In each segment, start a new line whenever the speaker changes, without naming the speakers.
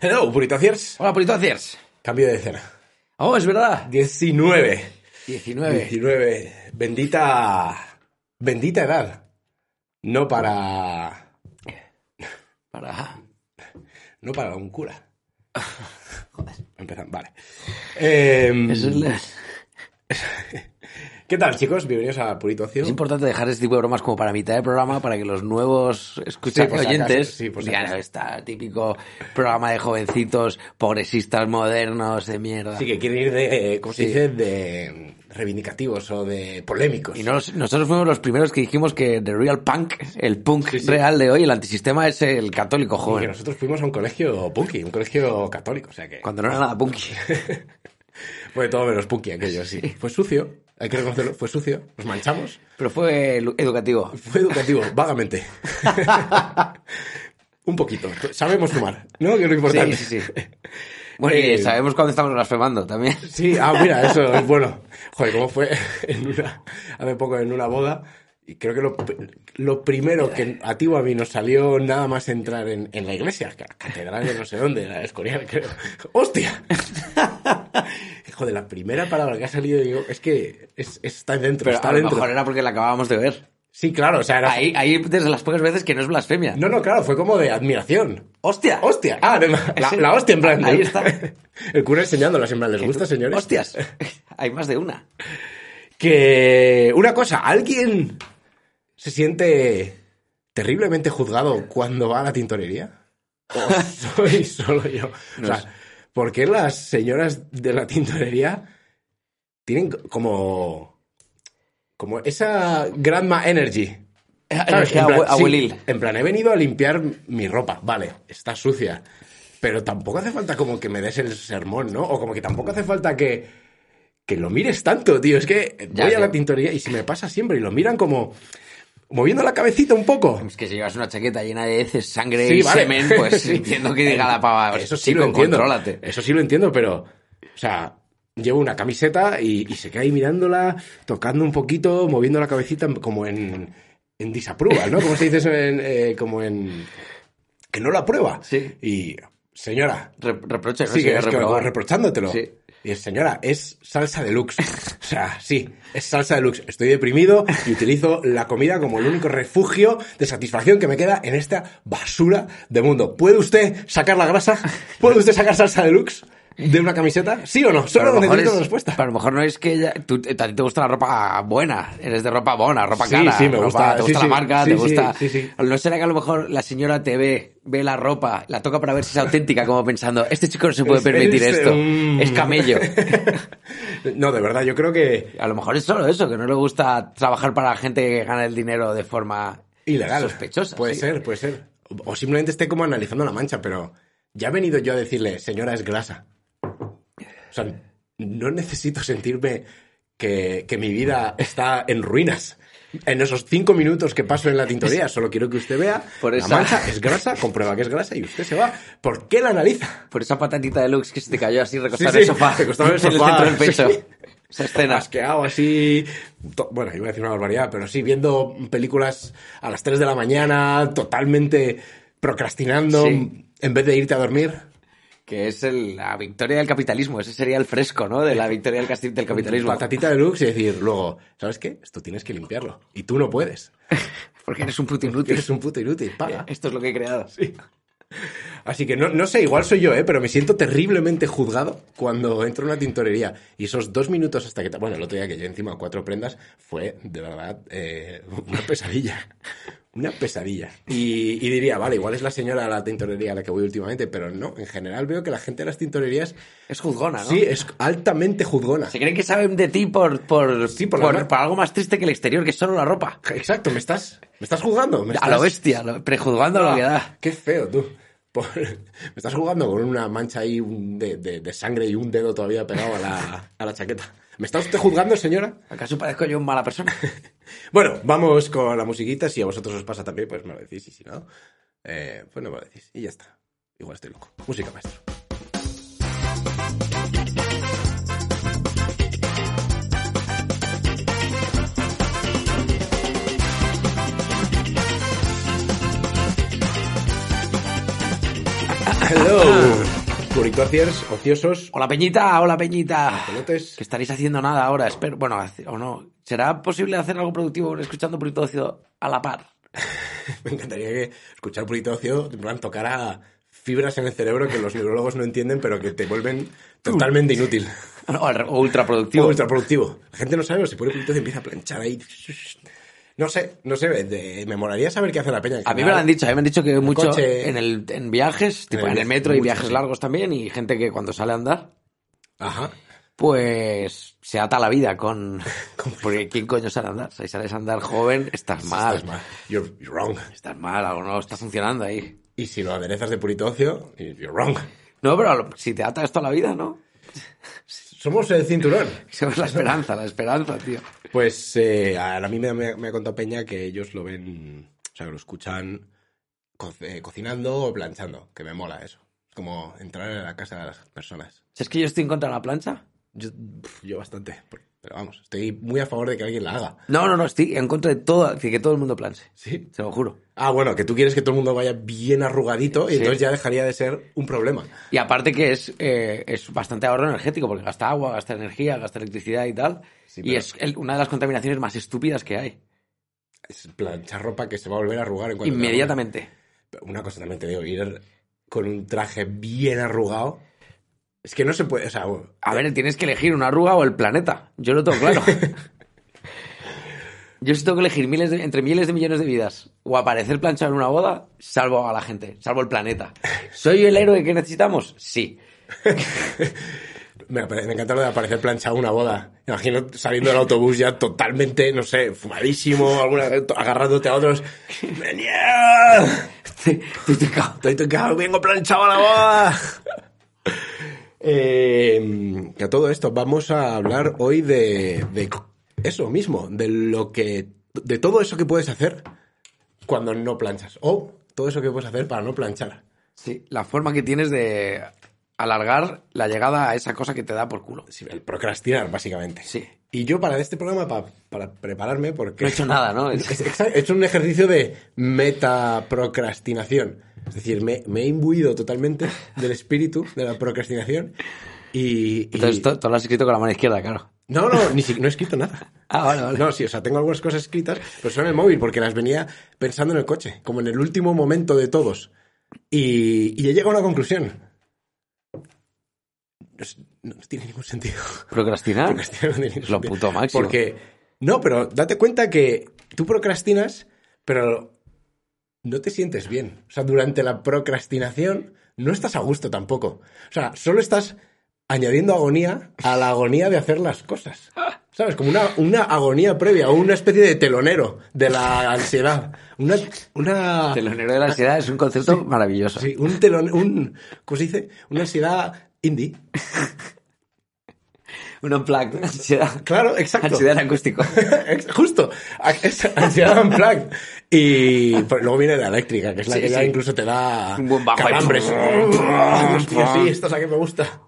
Hello, Puritaciers.
Hola, Politoaciers.
Cambio de escena.
Oh, es verdad.
19.
19.
19. Bendita. Bendita edad. No para.
Para.
No para un cura. Empezamos, vale. Em,
Eso es, la-
¿Qué tal, chicos? Bienvenidos a
es
Puritación.
importante dejar ese tipo de bromas como para mitad de programa para que los nuevos escuchas
Sí, por si
oyentes
acaso, sí, por si
digan,
acaso.
está típico programa de jovencitos progresistas modernos de mierda.
Así que quieren ir de. eh, ¿Cómo se
Sí.
dice? De reivindicativos o de polémicos.
Y nos- nosotros fuimos los primeros que dijimos que The Real Punk, el punk
Sí, sí.
real de hoy, el antisistema es el católico
Y que
joven.
nosotros fuimos a un colegio punky, un colegio católico, o sea que
Cuando no era nada punky.
fue todo menos punky aquello, sí. Fue sucio, hay que reconocerlo, fue sucio, nos manchamos,
Pero fue edu- educativo.
fue educativo, vagamente. un poquito, sabemos fumar, ¿no? Que es lo
Sí,
importante.
sí, sí. Bueno, y
Eh,
sabemos cuándo estamos blasfemando también.
Sí, ah, mira, eso es bueno. Joder, ¿cómo fue en una, hace poco en una boda? Y creo que lo, lo primero que a ti o a mí nos salió nada más entrar en, en la iglesia, ca- catedral de no sé dónde, la escorial, creo. ¡Hostia! Joder, la primera palabra que ha salido, digo, es que es, es- está dentro,
Pero
está
a lo
dentro.
mejor era porque la acabábamos de ver.
Sí, claro, o sea, era...
Ahí, ahí desde las pocas veces que no es blasfemia.
No, no, claro, fue como de admiración.
¡Hostia!
¡Hostia! Ah, de- la, la hostia, en plan. de-
Ahí está.
El cura enseñándolas, en plan, ¿les gusta, señores?
¡Hostias! Hay más de una.
que una cosa, alguien se siente terriblemente juzgado cuando va a la tintorería. O soy solo yo. O sea,
es-
¿por qué las señoras de la tintorería tienen como como esa grandma energy? ¿Sabes?
Energía
En plan,
abue-
sí,
abuelil.
en plan, he venido a limpiar mi ropa, vale, está sucia. Pero tampoco hace falta como que me des el sermón, ¿no? O como que tampoco hace falta que, que lo mires tanto, tío. Es que
Ya,
voy a
tío.
la tintorería y se me pasa siempre y lo miran como moviendo la cabecita un poco.
Es que si llevas una chaqueta llena de heces, sangre
Sí,
y
vale.
semen, pues
Sí.
entiendo que diga la pava.
Eso sí
chico,
lo entiendo.
contrólate.
Eso sí lo entiendo, pero. O sea, llevo una camiseta y, y se queda ahí mirándola, tocando un poquito, moviendo la cabecita como en. en disaprueba, ¿no? Como se dice eso en. eh, como en. que no la aprueba.
Sí.
Y. Señora.
Re- reproche, no
Sí, que
Sigue
es que
reprobar.
va reprochándotelo.
Sí.
Y es, señora, es salsa deluxe. O sea, sí, es salsa deluxe. Estoy deprimido y utilizo la comida como el único refugio de satisfacción que me queda en esta basura de mundo. ¿Puede usted sacar la grasa? ¿Puede usted sacar salsa deluxe de una camiseta? ¿Sí o no?
Pero
Solo necesito
es-
una respuesta.
pero a lo mejor no es que ella- tú- a ti te gusta la ropa buena, eres de ropa buena, ropa
Sí,
cara,
sí, me
ropa-
gusta,
te
sí,
gusta la
sí,
marca,
sí,
te
sí,
gusta...
sí, sí.
¿No será que a lo mejor la señora te ve, ve la ropa, la toca para ver si es auténtica, como pensando, este chico no se puede
Es-
permitir
es,
esto,
mm.
es camello?
No, de verdad, yo creo que
A lo mejor es solo eso, que no le gusta trabajar para la gente que gana el dinero de forma
ilegal.
sospechosa.
Puede
sí.
ser, puede ser. O o simplemente esté como analizando la mancha, pero ya he venido yo a decirle, señora, es grasa. O sea, no necesito sentirme que, que mi vida está en ruinas. En esos cinco minutos que paso en la tintoría, solo quiero que usted vea
Por
la
esa-
mancha es grasa, comprueba que es grasa y usted se va. ¿Por qué la analiza?
Por esa patatita deluxe que se te cayó así recostada
Sí,
en el
sí,
sofá,
recostada en el
en el
sofá,
centro del pecho.
sí.
Esa escena.
Asqueado así. to- Bueno, iba a decir una barbaridad, pero sí, viendo películas a las 3 de la mañana, totalmente procrastinando,
Sí.
en vez de irte a dormir.
Que es el- la victoria del capitalismo, ese sería el fresco, ¿no? De la victoria del, casti- del capitalismo.
Patatita deluxe y decir luego, ¿sabes qué? Esto tienes que limpiarlo. Y tú no puedes.
Porque eres un puto
Que
inútil.
Eres un puto inútil, paga.
Esto es lo que he creado.
Así que no, no sé, igual soy yo, ¿eh? pero me siento terriblemente juzgado cuando entro a una tintorería. Y esos dos minutos hasta que... ta- Bueno, el otro día que llevé encima cuatro prendas fue, de verdad, eh, una pesadilla. Una pesadilla. Y, y diría, vale, igual es la señora de la tintorería a la que voy últimamente, pero no, en general veo que la gente de las tintorerías
Es juzgona, ¿no?
sí es altamente juzgona.
Se creen que saben de ti por, por,
Sí, por la
por,
mar-
por algo más triste que el exterior, que es solo la ropa.
Exacto, me estás, me estás juzgando. me
A lo
estás- Ah.
bestia, lo- prejuzgando lo que da.
Qué feo, tú. Por- Me estás jugando con una mancha ahí un de, de- de sangre y un dedo todavía pegado a la, a la chaqueta. ¿Me está usted juzgando, señora?
¿Acaso parezco yo una mala persona?
Bueno, vamos con la musiquita. Si a vosotros os pasa también, pues me lo decís. Y si no, eh, pues no me lo decís. Y ya está. Igual estoy loco. Música, maestro. Hello. Curicociers, ociosos,
Hola Peñita, hola Peñita.
pelotes.
Que estaréis haciendo nada ahora, espero. Bueno, hace- o no. ¿Será posible hacer algo productivo escuchando Purito Ocio a la par?
Me encantaría que escuchar Purito Ocio en plan, tocara fibras en el cerebro que los neurólogos no entienden, pero que te vuelven totalmente inútil.
O, al re- o ultra
Tío,
productivo.
productivo. La gente no sabe, o se pone Purito Ocio y empieza a planchar ahí. No sé, no sé, de- me molaría saber qué hace la peña. en
A mí me
general.
lo han dicho, a mí me han dicho que mucho
coche.
en, el, en viajes, tipo
el
en el,
viaje,
metro y
mucho,
viajes
sí.
largos también, y gente que cuando sale a andar,
Ajá.
pues se ata la vida con... Porque ¿quién coño sale a andar? Si sales a andar joven, estás mal.
Estás mal. You're, you're wrong.
Estás mal, algo no está funcionando ahí.
Y si lo aderezas de Purito Ocio, you're wrong.
No, pero lo- si te ata esto a la vida, ¿no?
Somos el cinturón.
Eso es la esperanza, la esperanza, tío.
Pues eh, a mí me, me- me ha contado Peña que ellos lo ven, o sea, que lo escuchan co- eh, cocinando o planchando, que me mola eso. Es como entrar en la casa de las personas.
Si es que yo estoy en contra de la plancha.
Yo, pf, yo bastante, por- pero vamos, estoy muy a favor de que alguien la haga.
No, no, no, estoy en contra de todo, de que todo el mundo planche.
Sí.
Se lo juro.
Ah, bueno, que tú quieres que todo el mundo vaya bien arrugadito y
Sí.
entonces ya dejaría de ser un problema.
Y aparte que es, eh, es bastante ahorro energético, porque gasta agua, gasta energía, gasta electricidad y tal.
Sí,
Y
pero-
es el- una de las contaminaciones más estúpidas que hay.
Es planchar ropa que se va a volver a arrugar en cuanto te la
Inmediatamente.
pongas. Una cosa también te digo, ir con un traje bien arrugado. Es que no se puede, o sea, bueno,
A ver, tienes que elegir una arruga o el planeta. Yo lo tengo claro. Yo sí tengo que elegir miles de- entre miles de millones de vidas o aparecer planchado en una boda, salvo a la gente, salvo el planeta. ¿Soy el héroe que necesitamos? Sí.
Me, apare- me encanta lo de aparecer planchado en una boda. Imagino saliendo del autobús ya totalmente, no sé, fumadísimo, alguna vez to- agarrándote a otros. ¡Me niego!
Estoy- estoy tocado.
Estoy tocado, vengo planchado a la boda. Eh, que a todo esto vamos a hablar hoy de, de eso mismo, de lo que, de todo eso que puedes hacer cuando no planchas o todo eso que puedes hacer para no planchar.
Sí, la forma que tienes de alargar la llegada a esa cosa que te da por culo.
Sí, el procrastinar, básicamente.
Sí.
Y yo para este programa, pa- para prepararme, porque
No he hecho nada, ¿no?
Es- es- exacto, He hecho un ejercicio de metaprocrastinación. Es decir, me, me he imbuido totalmente del espíritu de la procrastinación y... y-
Entonces, to- todo lo has escrito con la mano izquierda, claro.
no, no, ni si- no he escrito nada.
Ah, vale, vale.
No, sí, o sea, tengo algunas cosas escritas, pero son en el móvil porque las venía pensando en el coche, como en el último momento de todos. Y, y he llegado a una conclusión. No es- no tiene ningún sentido.
Procrastinar.
Procrastinar no tiene ningún
Es lo
sentido.
puto máximo.
Porque, no, pero date cuenta que tú procrastinas, pero no te sientes bien. O sea, durante la procrastinación no estás a gusto tampoco. O sea, solo estás añadiendo agonía a la agonía de hacer las cosas. ¿Sabes? Como una, una agonía previa o una especie de telonero de la ansiedad. Una... una
Telonero de la ansiedad es un concepto maravilloso.
sí, un telon... Un, ¿Cómo se dice? Una ansiedad indie.
Un plaque, una ansiedad.
Claro, exacto.
Ansiedad en acústico.
Ex- Justo, a- es ansiedad en plan. Y pues, luego viene la eléctrica, que es la
Sí,
que ya
sí.
incluso te da
Un buen bajo ahí.
calambres. Hostia, sí, esta es la que me gusta.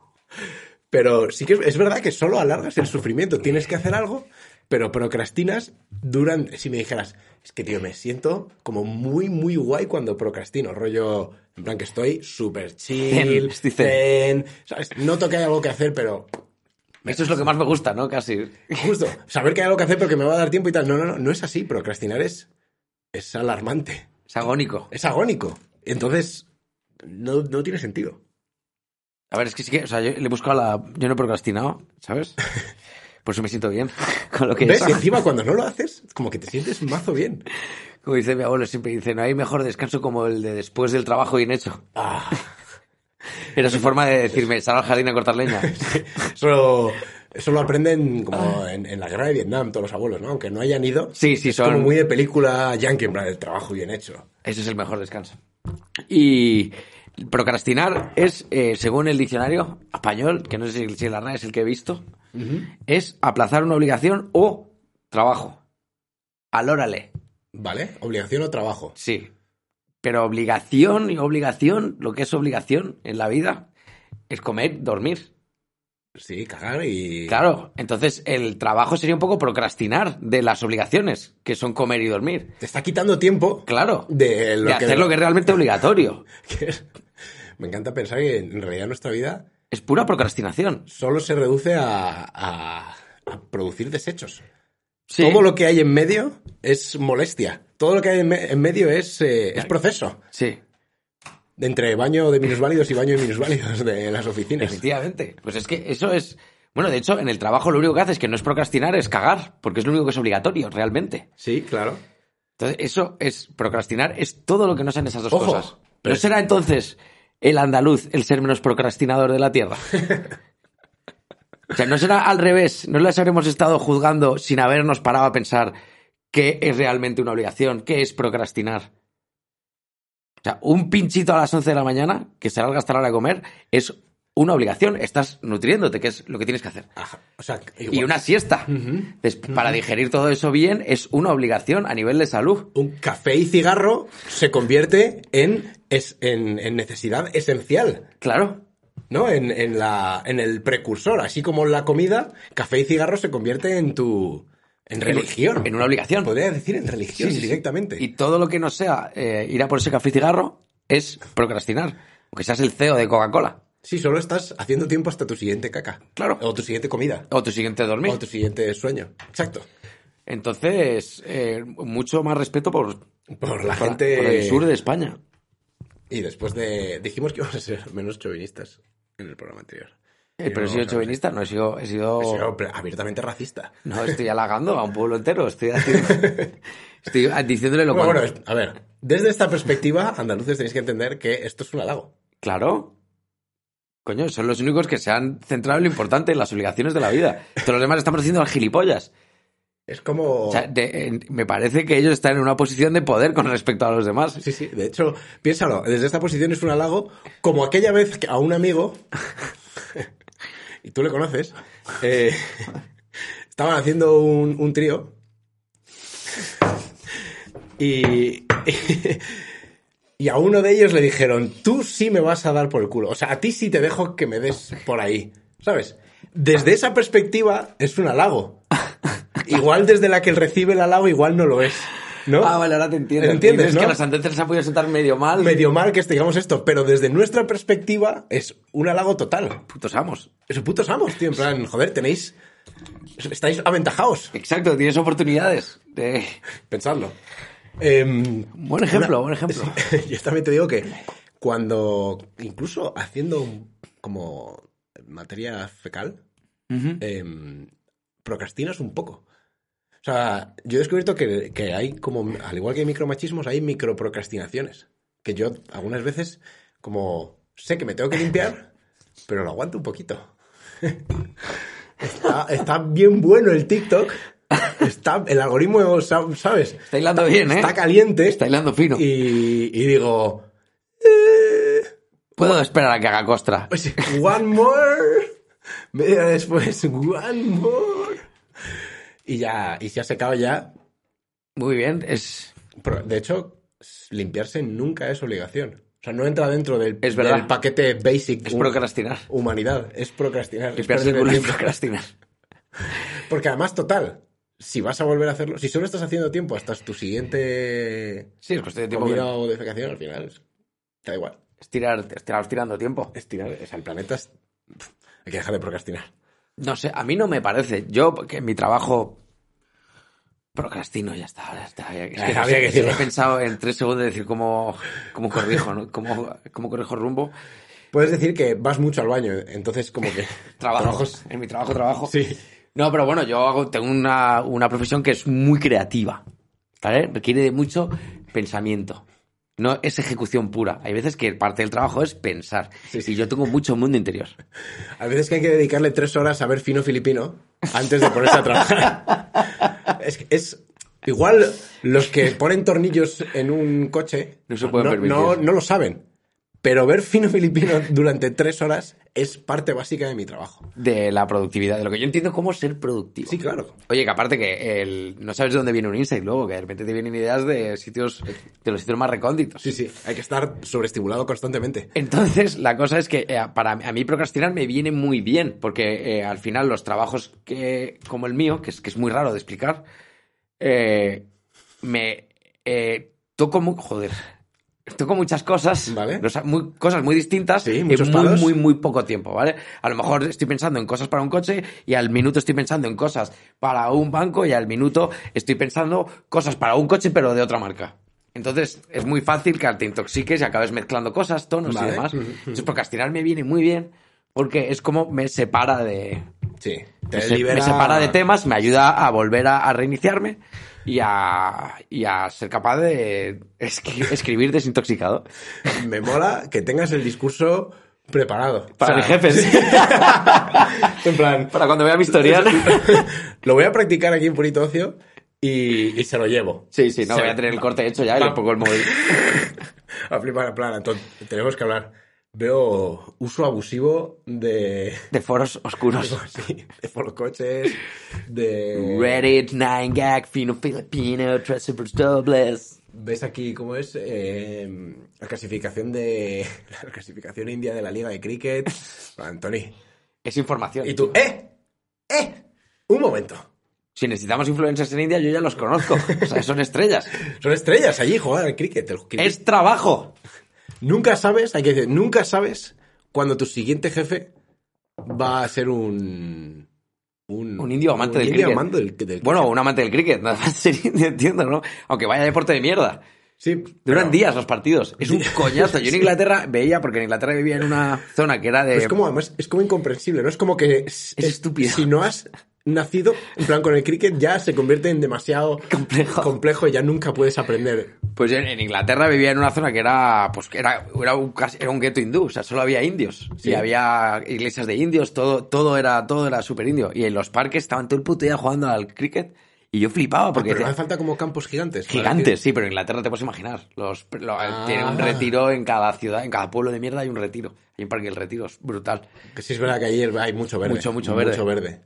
Pero sí que es, es verdad que solo alargas el sufrimiento. Tienes que hacer algo, pero procrastinas durante... Si me dijeras, es que tío, me siento como muy, muy guay cuando procrastino. Rollo, en plan que estoy súper
Zen,
chill,
estoy
zen,
zen.
¿sabes? Noto que hay algo que hacer, pero
Eso es lo que más me gusta, ¿no? Casi.
Justo, saber que hay algo que hacer pero que me va a dar tiempo y tal. No, no, no, no es así. Procrastinar es, es alarmante,
Es agónico.
es agónico. Entonces, no, no tiene sentido.
A ver, es que sí que. O sea, yo le he buscado la. Yo no he procrastinado, ¿sabes? Por eso me siento bien con lo que
¿Ves?
es.
Y encima cuando no lo haces, como que te sientes mazo bien.
Como dice mi abuelo, siempre dice: no hay mejor descanso como el de después del trabajo bien hecho.
Ah,
Era su forma de decirme: sal al jardín a cortar leña.
eso, eso lo aprenden como en, en la guerra de Vietnam todos los abuelos, ¿no? Aunque no hayan ido.
Ah. Sí, sí,
es como
son-
muy de película yankee, en plan, el trabajo bien hecho.
Ese es el mejor descanso. Y procrastinar es, eh, según el diccionario español, que no sé si, si la RAE es el que he visto, es aplazar una obligación o trabajo. Alórale,
¿Vale? Obligación o trabajo.
sí. Pero obligación y obligación, lo que es obligación en la vida, es comer, dormir.
Sí, cagar y...
Claro, entonces el trabajo sería un poco procrastinar de las obligaciones, que son comer y dormir.
Te está quitando tiempo
Claro,
de lo
de
que...
hacer lo que es realmente obligatorio.
que es- Me encanta pensar que en realidad nuestra vida
Es pura procrastinación.
solo se reduce a, a- a producir
Eh.
desechos.
Sí.
Todo lo que hay en medio es molestia. Todo lo que hay en, me- en medio es, eh, es proceso.
Sí,
Entre baño de minusválidos y baño de minusválidos de las oficinas.
efectivamente. Pues es que eso es... Bueno, de hecho, en el trabajo lo único que haces que no es procrastinar, es cagar, porque es lo único que es obligatorio, realmente.
Sí, claro.
Entonces, eso es procrastinar, es todo lo que no sean esas dos
Ojo,
cosas.
pero-
¿No será entonces el andaluz el ser menos procrastinador de la tierra? o sea, no será al revés, no las habremos estado juzgando sin habernos parado a pensar qué es realmente una obligación, qué es procrastinar. O sea, un pinchito a las 11 de la mañana que se salga hasta la hora de comer es una obligación, estás nutriéndote, que es lo que tienes que hacer.
Ajá. O sea,
Y
igual-
una siesta. Des- Para digerir todo eso bien es una obligación a nivel de salud.
un café y cigarro se convierte en, es, en, en necesidad esencial,
Claro.
¿no? En, en la, en el precursor. Así como la comida, café y cigarro se convierte en tu... En religión.
en una obligación.
Podría decir en religión
Sí, sí, sí.
directamente.
Y todo lo que no sea eh, ir a por ese café y cigarro es procrastinar. Aunque seas el CEO de Coca-Cola.
Sí, solo estás haciendo tiempo hasta tu siguiente caca.
Claro.
O tu siguiente comida.
O tu siguiente dormir.
O tu siguiente sueño. Exacto.
Entonces, eh, mucho más respeto por,
Por la
por-
gente...
por el sur de España.
Y después de... Dijimos que íbamos a ser menos chauvinistas en el programa anterior.
Eh, pero he
no,
sido
no,
chauvinista, no he sido, he sido...
He sido abiertamente racista.
No, estoy halagando a un pueblo entero. Estoy, haciendo- estoy diciéndole lo
Bueno,
cual.
bueno, es- a ver, desde esta perspectiva, andaluces tenéis que entender que esto es un halago.
Claro. Coño, son los únicos que se han centrado en lo importante, en las obligaciones de la vida. Todos los demás estamos haciendo las gilipollas.
Es como...
O sea, de- en- me parece que ellos están en una posición de poder con respecto a los demás.
Sí, sí, de hecho, piénsalo, desde esta posición es un halago como aquella vez que a un amigo, y tú le conoces, eh, estaban haciendo un, un trío y, y a uno de ellos le dijeron, tú sí me vas a dar por el culo, o sea, a ti sí te dejo que me des por ahí, ¿sabes? Desde esa perspectiva es un halago. Igual desde la que recibe el halago, igual no lo es. ¿no?
Ah, vale, ahora te entiendo.
¿Entiendes,
Es
no?
que a los andantes se han podido sentar medio mal.
medio mal que digamos esto, pero desde nuestra perspectiva es un halago total.
Putos amos.
Es un putos amos, tío. En plan, joder, tenéis. Estáis aventajados.
Exacto, tienes oportunidades. de-
Pensadlo. Em,
Buen ejemplo,
una-
buen ejemplo.
Sí, yo también te digo que cuando. Incluso haciendo un- como materia fecal,
Ujú.
em, procrastinas un poco. O sea, yo he descubierto que, que hay como, al igual que hay micromachismos, hay microprocrastinaciones. Que yo algunas veces como sé que me tengo que limpiar, pero lo aguanto un poquito. Está, está bien bueno el TikTok. Está, el algoritmo, sa- ¿sabes?
Está hilando bien, ¿eh?
Está caliente.
Está hilando fino.
Y, y digo,
Puedo esperar a que haga costra.
pues, one more. Media después, one more. Y ya, y se ha secado ya.
Muy bien, es...
Pero, De hecho, s- limpiarse nunca es obligación. O sea, no entra dentro del,
Es verdad.
del paquete basic
Es
hu-
procrastinar.
humanidad. Es procrastinar. es
Limpiarse el
perder
culo es
tiempo.
procrastinar.
Porque además, total, si vas a volver a hacerlo, si solo estás haciendo tiempo hasta tu siguiente
Sí, es cuestión de tiempo.
comida o defecación, al final, es- te da igual.
Estirar, estirar, tirando tiempo.
Estirar, o sea, el planeta es- Hay que dejar de procrastinar.
No sé, a mí no me parece. Yo, que en mi trabajo. Procrastino, ya está. ya está. Es
Ya, había que decirlo.
He pensado en tres segundos decir cómo, cómo corrijo, ¿no? Cómo, cómo corrijo rumbo.
Puedes decir que vas mucho al baño, entonces como que...
Trabajo.
Trabajos.
En mi trabajo, trabajo.
Sí.
No, pero bueno, yo hago, tengo una, una profesión que es muy creativa. ¿Vale? Requiere de mucho pensamiento. No es ejecución pura. Hay veces que parte del trabajo es pensar.
Sí, sí.
Y yo tengo mucho mundo interior.
A veces que hay que dedicarle tres horas a ver fino filipino antes de ponerse a trabajar. es, es igual los que ponen tornillos en un coche
No se pueden permitir.
no- no lo saben. Pero ver fino filipino durante tres horas es parte básica de mi trabajo.
De la productividad, de lo que yo entiendo como ser productivo.
Sí, claro.
Oye, que aparte que el, no sabes de dónde viene un insight luego, que de repente te vienen ideas de sitios, de los sitios más recónditos.
Sí, sí. Hay que estar sobreestimulado constantemente.
Entonces, la cosa es que eh, para mí- a mí procrastinar me viene muy bien, porque eh, al final los trabajos que, como el mío, que es, que es muy raro de explicar, eh, me eh, toco muy... Joder, toco muchas cosas,
Vale.
o sea, muy- cosas muy distintas
Sí,
en
muchos
muy,
palos.
muy, muy poco tiempo, ¿vale? A lo mejor estoy pensando en cosas para un coche y al minuto estoy pensando en cosas para un banco y al minuto estoy pensando cosas para un coche pero de otra marca. Entonces es muy fácil que te intoxiques y acabes mezclando cosas, tonos
Vale.
y demás.
Ujú, ujú.
Entonces procrastinar me viene muy bien porque es como me separa de...
Sí.
Me, se- me separa de temas, me ayuda a volver a, a reiniciarme y a, y a ser capaz de escri- escribir desintoxicado.
Me mola que tengas el discurso preparado.
Para
O
mis
sea,
jefes.
En plan,
Para cuando vea mi historial.
lo voy a practicar aquí en Purito Ocio y, y se lo llevo.
Sí, sí, no,
Se-
voy a tener el corte hecho ya y le pongo el móvil.
A flipar, en plan, Antón, tenemos que hablar. Veo uso abusivo de...
De foros oscuros.
Sí, de por coches, de...
Reddit, 9gag, Fino Filipino, Tres Supers Dobles.
¿Ves aquí cómo es eh, la clasificación de... La clasificación india de la liga de cricket? Anthony.
Es información.
Y tú, ¡eh! ¡eh! Un momento.
Si necesitamos influencers en India, yo ya los conozco. O sea, son estrellas.
Son estrellas allí, jugar al cricket. El cricket.
Es trabajo.
Nunca sabes, hay que decir, nunca sabes cuando tu siguiente jefe va a ser un... Un,
Un indio amante del cricket.
amante del- del-
Bueno, un amante del cricket, nada más sería, entiendo, ¿no? Aunque vaya deporte de mierda.
sí,
Duran
pero
días los partidos. Es un coñazo. Yo en Inglaterra veía, porque en Inglaterra vivía en una zona que era de...
Es como, además, es como incomprensible, ¿no? Es como que... Es,
eh, estúpido.
Si no has nacido, en plan, con el cricket ya se convierte en demasiado...
Complejo.
Complejo y ya nunca puedes aprender.
Pues en, en Inglaterra vivía en una zona que era, pues que era, era un, casi- era un gueto hindú, o sea, solo había indios.
Sí.
Y había iglesias de indios, todo, todo era, todo era súper indio. Y en los parques estaban todo el puto día jugando al cricket. Y yo flipaba porque...
Ah, Pero no
decía,
hace falta como campos gigantes. para
Gigantes,
decir-
sí, pero en Inglaterra te puedes imaginar. Los, lo-
Ah.
Tiene un retiro en cada ciudad, en cada pueblo de mierda hay un retiro. Hay un parque del retiro, es brutal.
Que sí es verdad que ayer hay mucho verde.
Mucho, mucho verde.
Mucho verde.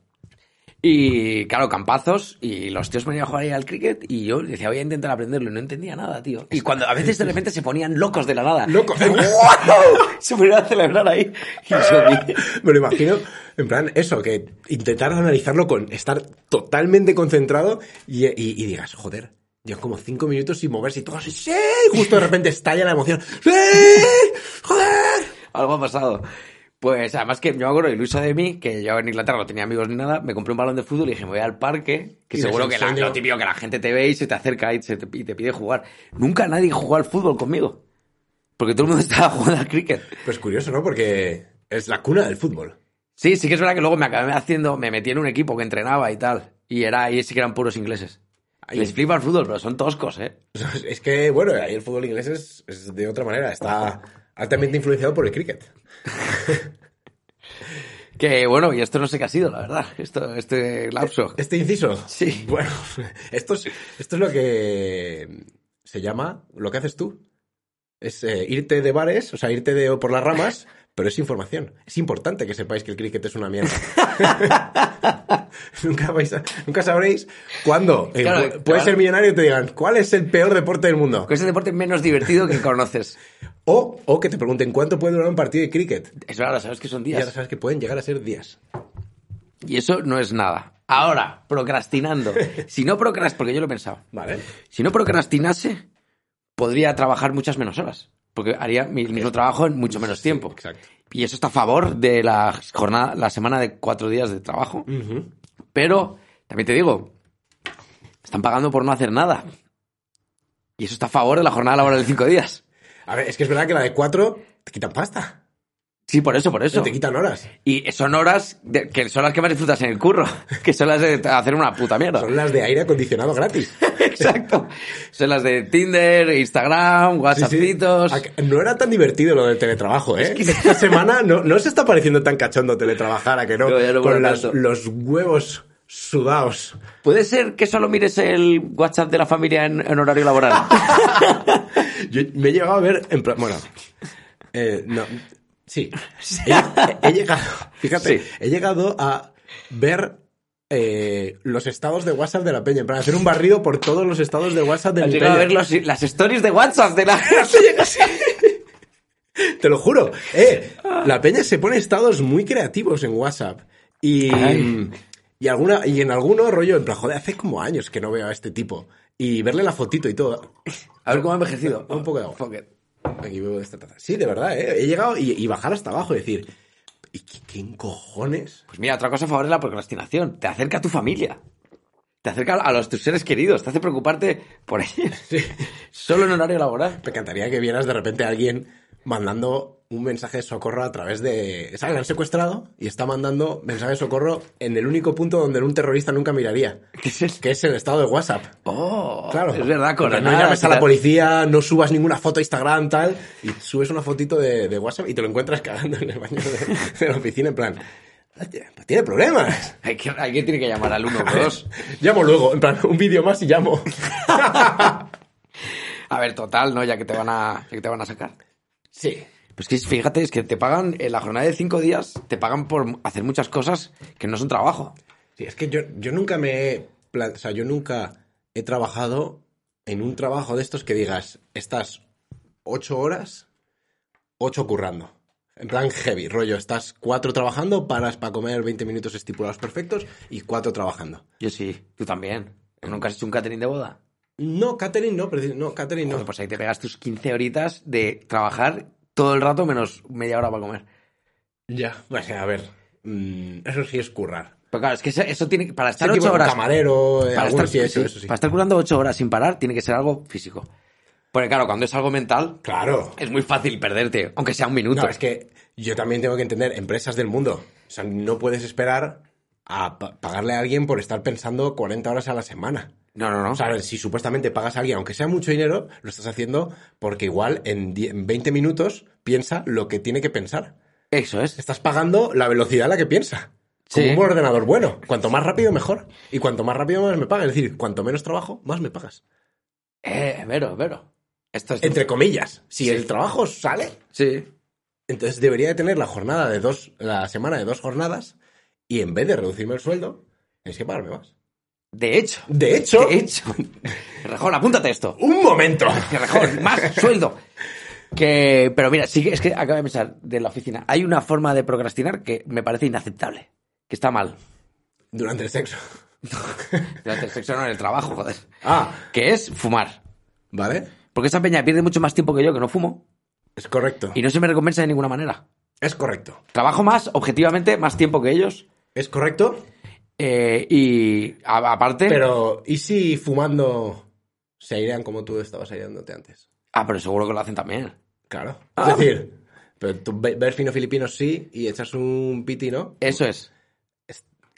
Y claro, campazos, y los tíos venían a jugar ahí al cricket, y yo decía, voy a intentar aprenderlo, y no entendía nada, tío. Y cuando a veces de repente se ponían locos de la nada.
Loco.
se ponían a celebrar ahí. Y yo vi-
Me lo imagino, en plan, eso, que intentar analizarlo con estar totalmente concentrado y, y- y digas, joder, llevan como cinco minutos sin moverse y todo así, ¡sí! Y Justo de repente estalla la emoción, ¡sí! ¡Joder!
Algo ha pasado. Pues además que yo me acuerdo iluso de mí, que yo en Inglaterra no tenía amigos ni nada, me compré un balón de fútbol y dije, me voy al parque, que
Y
seguro
les
que la,
enseño.
lo típico que la gente te ve y se te acerca y, se te, y te pide jugar. Nunca nadie jugó al fútbol conmigo, porque todo el mundo estaba jugando al cricket.
Pues curioso, ¿no? Porque es la cuna del fútbol.
Sí, sí que es verdad que luego me acabé haciendo, me metí en un equipo que entrenaba y tal, y era ahí sí que eran puros ingleses.
Ay.
Les flipa el fútbol, pero son toscos, ¿eh?
Es que, bueno, ahí el fútbol inglés es, es de otra manera, está altamente influenciado por el cricket.
Que bueno, y esto no sé qué ha sido, la verdad, esto, este lapso.
Este inciso.
Sí.
Bueno, esto es, esto es lo que se llama, lo que haces tú. Es eh, irte de bares, o sea, irte de, por las ramas, pero es información. Es importante que sepáis que el cricket es una mierda. nunca, vais a- nunca sabréis cuándo. eh,
Claro,
pu-
claro.
puedes ser millonario y te digan, ¿cuál es el peor deporte del mundo?
Que Es el este deporte menos divertido que conoces.
O, o que te pregunten, ¿cuánto puede durar un partido de cricket?
Es verdad, sabes que son
Y
días.
ahora sabes que pueden llegar a ser días.
Y eso no es nada. Ahora, procrastinando. Si no procras, porque yo lo he pensado.
¿Vale?
Si no procrastinase, podría trabajar muchas menos horas. Porque haría mi el mismo trabajo en mucho menos tiempo.
Exacto.
Y eso está a favor de la jornada, la semana de cuatro días de trabajo.
Ujú.
Pero, también te digo, me están pagando por no hacer nada. Y eso está a favor de la jornada laboral de cinco días.
A ver, es que es verdad que la de cuatro te quitan pasta.
Sí, por eso, por eso.
Te quitan horas.
Y son horas de- que son las que más disfrutas en el curro. Que son las de hacer una puta mierda.
Son las de aire acondicionado gratis.
Exacto. Son las de Tinder, Instagram, WhatsAppitos.
Sí, sí. Ac- No era tan divertido lo del teletrabajo, ¿eh? Esta semana no, no se está pareciendo tan cachondo teletrabajar, ¿a que no?
No, ya no
Con
mola
las-
tanto.
los huevos sudados.
Puede ser que solo mires el WhatsApp de la familia en, en horario laboral.
Yo me he llegado a ver... En plan- bueno, eh, no... Sí. He, he llegado... Fíjate,
Sí.
he llegado a ver... eh, los estados de WhatsApp de la peña, en plan, hacer un barrido por todos los estados de WhatsApp de
Has
mi
llegado a
peña.
ver los- las stories de WhatsApp de la
Te lo juro. Eh,
Ah.
la peña se pone estados muy creativos en WhatsApp. Y, mm,
Ay.
y, alguna, y en alguno rollo, en plan, joder, hace como años que no veo a este tipo. Y verle la fotito y todo.
A ver cómo ha envejecido.
Un poco de agua.
Fuck it.
Aquí veo esta taza. Sí, de verdad, ¿eh? He llegado y, y bajar hasta abajo y decir, ¿y qué- quién cojones?
Pues mira, otra cosa a favor de la procrastinación. Te acerca a tu familia. Te acerca a los tus seres queridos. Te hace preocuparte por ellos. Solo en horario laboral.
Me encantaría que vieras de repente a alguien mandando un mensaje de socorro a través de... ¿Sabes? Le han secuestrado y está mandando mensaje de socorro en el único punto donde un terrorista nunca miraría,
¿Qué es eso?
que es el estado de WhatsApp.
Oh,
Claro.
es verdad,
Porque
con
No llames a la policía, no subas ninguna foto a Instagram, tal, y subes una fotito de, de WhatsApp y te lo encuentras cagando en el baño de, de la oficina en plan... pues Tiene problemas.
Hay que, hay que tiene que llamar al 112.
Llamo luego, en plan, un vídeo más y llamo.
A ver, total, ¿no? Ya que te van a, ya que te van a sacar.
Sí.
Pues que fíjate, es que te pagan en la jornada de cinco días, te pagan por hacer muchas cosas que no son trabajo.
Sí, es que yo, yo nunca me he... pla- O sea, yo nunca he trabajado en un trabajo de estos que digas, estás ocho horas, ocho currando. En plan heavy, rollo, estás cuatro trabajando, paras para comer 20 minutos estipulados perfectos y cuatro trabajando.
Yo sí, tú también. ¿Nunca has hecho un catering de boda?
No, Catherine no, precis- no, Catherine
Joder,
no.
pues ahí te pegas tus 15 horitas de trabajar todo el rato menos media hora para comer.
Ya, o sea, Pues, a ver, mm, eso sí es currar.
Pero claro, es que eso, eso tiene que- para
Sí,
estar
tipo, un
ocho horas.
Camarero, eh,
para,
alguno
estar,
sí, eso,
sí,
eso sí.
para estar curando ocho horas sin parar, tiene que ser algo físico. Porque claro, cuando es algo mental,
Claro.
es muy fácil perderte, aunque sea un minuto.
No, es que yo también tengo que entender empresas del mundo. O sea, no puedes esperar a pa- pagarle a alguien por estar pensando 40 horas a la semana.
no, no, no.
O sea, si supuestamente pagas a alguien, aunque sea mucho dinero, lo estás haciendo porque igual en, die- en 20 minutos piensa lo que tiene que pensar.
Eso es.
Estás pagando la velocidad a la que piensa. Como
Sí.
un ordenador bueno. Cuanto más rápido, mejor. Y cuanto más rápido, más me pagas. Es decir, cuanto menos trabajo, más me pagas.
Eh, vero, vero. Esto es...
Entre comillas. Si
Sí.
el trabajo sale,
Sí.
Entonces debería de tener la jornada de dos, la semana de dos jornadas, y en vez de reducirme el sueldo, es que pagarme más.
De hecho.
De hecho,
De hecho. Rejón, apúntate esto.
un momento.
Rejón, más sueldo. Que, pero mira, sí que es que acabo de pensar de la oficina. Hay una forma de procrastinar que me parece inaceptable. Que está mal.
Durante el sexo.
Durante el sexo no en el trabajo, joder.
Ah,
Que es fumar.
¿vale?
Porque esa peña pierde mucho más tiempo que yo que no fumo
Es correcto.
y no se me recompensa de ninguna manera.
Es correcto.
Trabajo más, objetivamente, más tiempo que ellos.
Es correcto,
eh, y a- aparte.
pero ¿y si fumando se airean como tú estabas aireándote antes?
Ah, pero seguro que lo hacen también.
Claro.
Ah.
Es decir, pero tú ve- ver fino filipino sí y echas un piti, ¿no?
Eso es.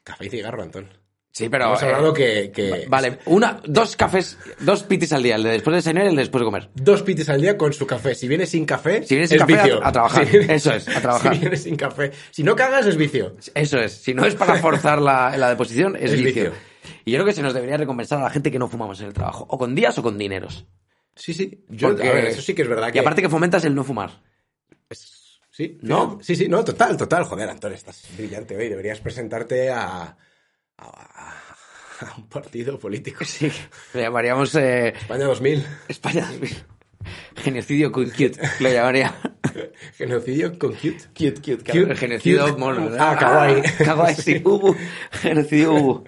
Café y cigarro, Antón.
Sí, pero.
Hemos
eh,
hablado que, que
Vale, una, dos cafés, dos pitis al día, el de después de desayunar y el de después de comer.
dos pitis al día con su café. Si viene sin café,
Si vienes sin
es
café, a-
vicio.
a trabajar.
Si vienes-
Eso es, a trabajar.
Si vienes sin café. Si no cagas, es vicio.
Eso es, si no es para forzar la, la deposición,
Es
es, vicio.
vicio.
Y yo creo que se nos debería recompensar a la gente que no fumamos en el trabajo, o con días o con dineros.
Sí, sí. Yo,
Porque-
a ver, eso sí que es verdad.
Y aparte que fomentas el no fumar.
Sí,
¿No?
Sí, sí, no, total, total. Joder, Antonio, estás brillante hoy. Deberías presentarte a. a, a- a un partido político.
Sí, lo llamaríamos eh,
España 2000.
España 2000. Genocidio cu- cute, lo llamaría.
Genocidio con cute. Cute, cute,
Claro, genocidio mono, ¿verdad?
Ah, kawaii.
kawaii, sí, ubu. Genocidio ubu.